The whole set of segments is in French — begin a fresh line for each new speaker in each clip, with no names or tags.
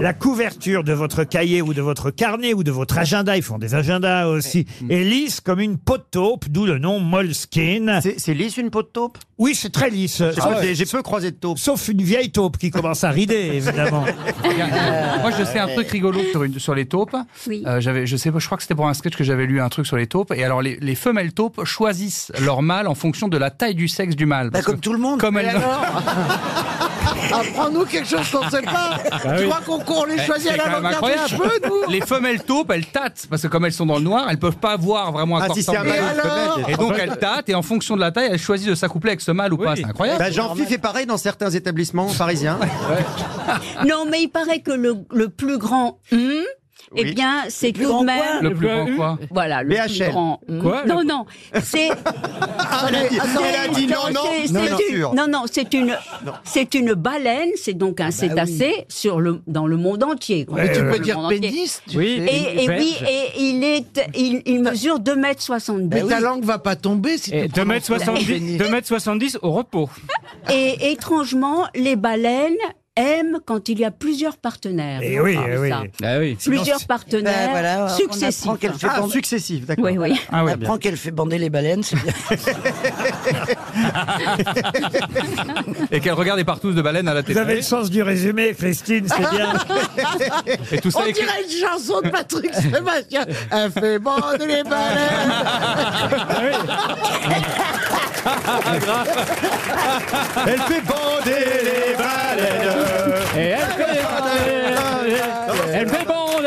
la couverture de votre cahier ou de votre carnet ou de votre agenda, ils font des agendas aussi, est lisse comme une peau de taupe, d'où le nom Moleskine.
C'est lisse une peau de taupe
Ah
Oui, c'est très lisse.
J'ai peu- J'ai peu croisé de taupe.
Sauf une vieille taupe qui commence à rider, évidemment.
Moi, je sais un truc rigolo sur, une- sur les taupes.
Oui.
Euh, j'avais, je sais pas, je crois que c'était pour un sketch que j'avais lu un truc sur les taupes. Et alors, les, les femelles taupes choisissent leur mâle en fonction de la taille du sexe du mâle.
Bah,
Parce
Bah, comme
que-
tout le monde.
Comme
Mais
elles,
alors Apprends-nous quelque chose qu'on ne sait pas Tu crois qu'on court les choisit
Bah Eh, C'est
à
quand même
l'avant-garde des
incroyable.
cheveux, nous
Les femelles taupes, elles tâtent parce que comme elles sont dans le noir, elles peuvent pas voir vraiment à
Ah,
quoi
si c'est un
ressemble.
Et
mâle,
alors
peut-être.
Et donc elles tâtent et en fonction de la taille, elles choisissent de s'accoupler avec ce mâle ou pas. C'est incroyable.
Bah, Jean-Phi fait pareil dans certains établissements parisiens.
Non, mais il paraît que le, le plus grand hum, eh
Oui.
bien, c'est
plus
tout
grand
de même.
quoi
Le
bah,
plus grand quoi
Voilà, le
BHL.
plus grand. hum.
Quoi,
non, non, c'est.
elle a dit-
c'est-
elle a dit non, non.
c'est-
Non,
c'est
non.
une-
sûr.
Non, non, c'est une, c'est une baleine, c'est donc un cétacé sur le, dans le monde entier. quoi.
Mais tu
Dans
peux
le
dire
monde entier.
pénis tu
Oui,
sais.
Et, et oui, et il est, il, il mesure 2 mètres 70.
Mais ta langue va pas tomber si
Et
tu
2 mètres
prononces le mot
70,
pénis.
2 mètres 70 au repos.
Et étrangement, les baleines aiment quand il y a plusieurs partenaires.
Et oui,
Ah,
eh oui.
ça.
Ah oui.
Plusieurs
Ben,
partenaires successifs.
Ah, successif, d'accord.
Oui, oui.
Ah oui,
Apprends qu'elle fait bander les baleines, c'est bien.
Et qu'elles regardent des partouzes de baleine à la télé.
Vous avez le sens du résumé, Christine, c'est bien.
Et tout
On
ça écrit.
dirait une chanson de Patrick Sébastien. Elle fait bande les baleines.
Elle fait bander les baleines.
Et elle fait bander, elle fait bander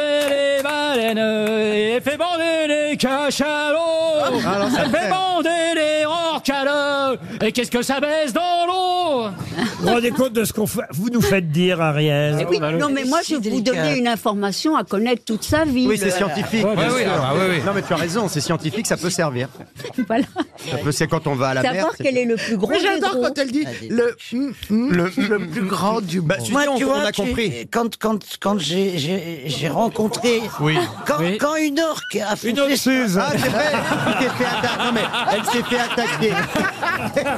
les baleines, et elle fait bander les cachalots, elle fait bander les orcales, et qu'est-ce que ça baisse dans l'eau
Vous vous rendez compte de ce qu'on fait Vous nous faites dire,
Ah,
Ariel.
Oui, non, mais moi, je vais vous donner une information à connaître toute sa vie.
Oui, c'est
Le-
scientifique.
Ouais,
bien
oui,
sûr.
ah, ouais, oui.
Non, mais tu as raison, c'est scientifique, ça peut servir.
Voilà.
Ça peut, c'est quand on va à la mer.
Savoir
c'est-
quel est le plus gros.
Mais
des
j'adore
gros.
quand elle dit le, hum, hum, le, plus grand du monde.
Bah, tu sais, on, on a
tu-
compris.
Quand, quand, quand j'ai- j'ai j'ai rencontré.
Oui.
Quand,
Oui.
quand une orque a
Une
foncé-
autre Suze.
Ah, c'est vrai, elle s'est fait attaquer. Non, mais elle s'est fait attaquer.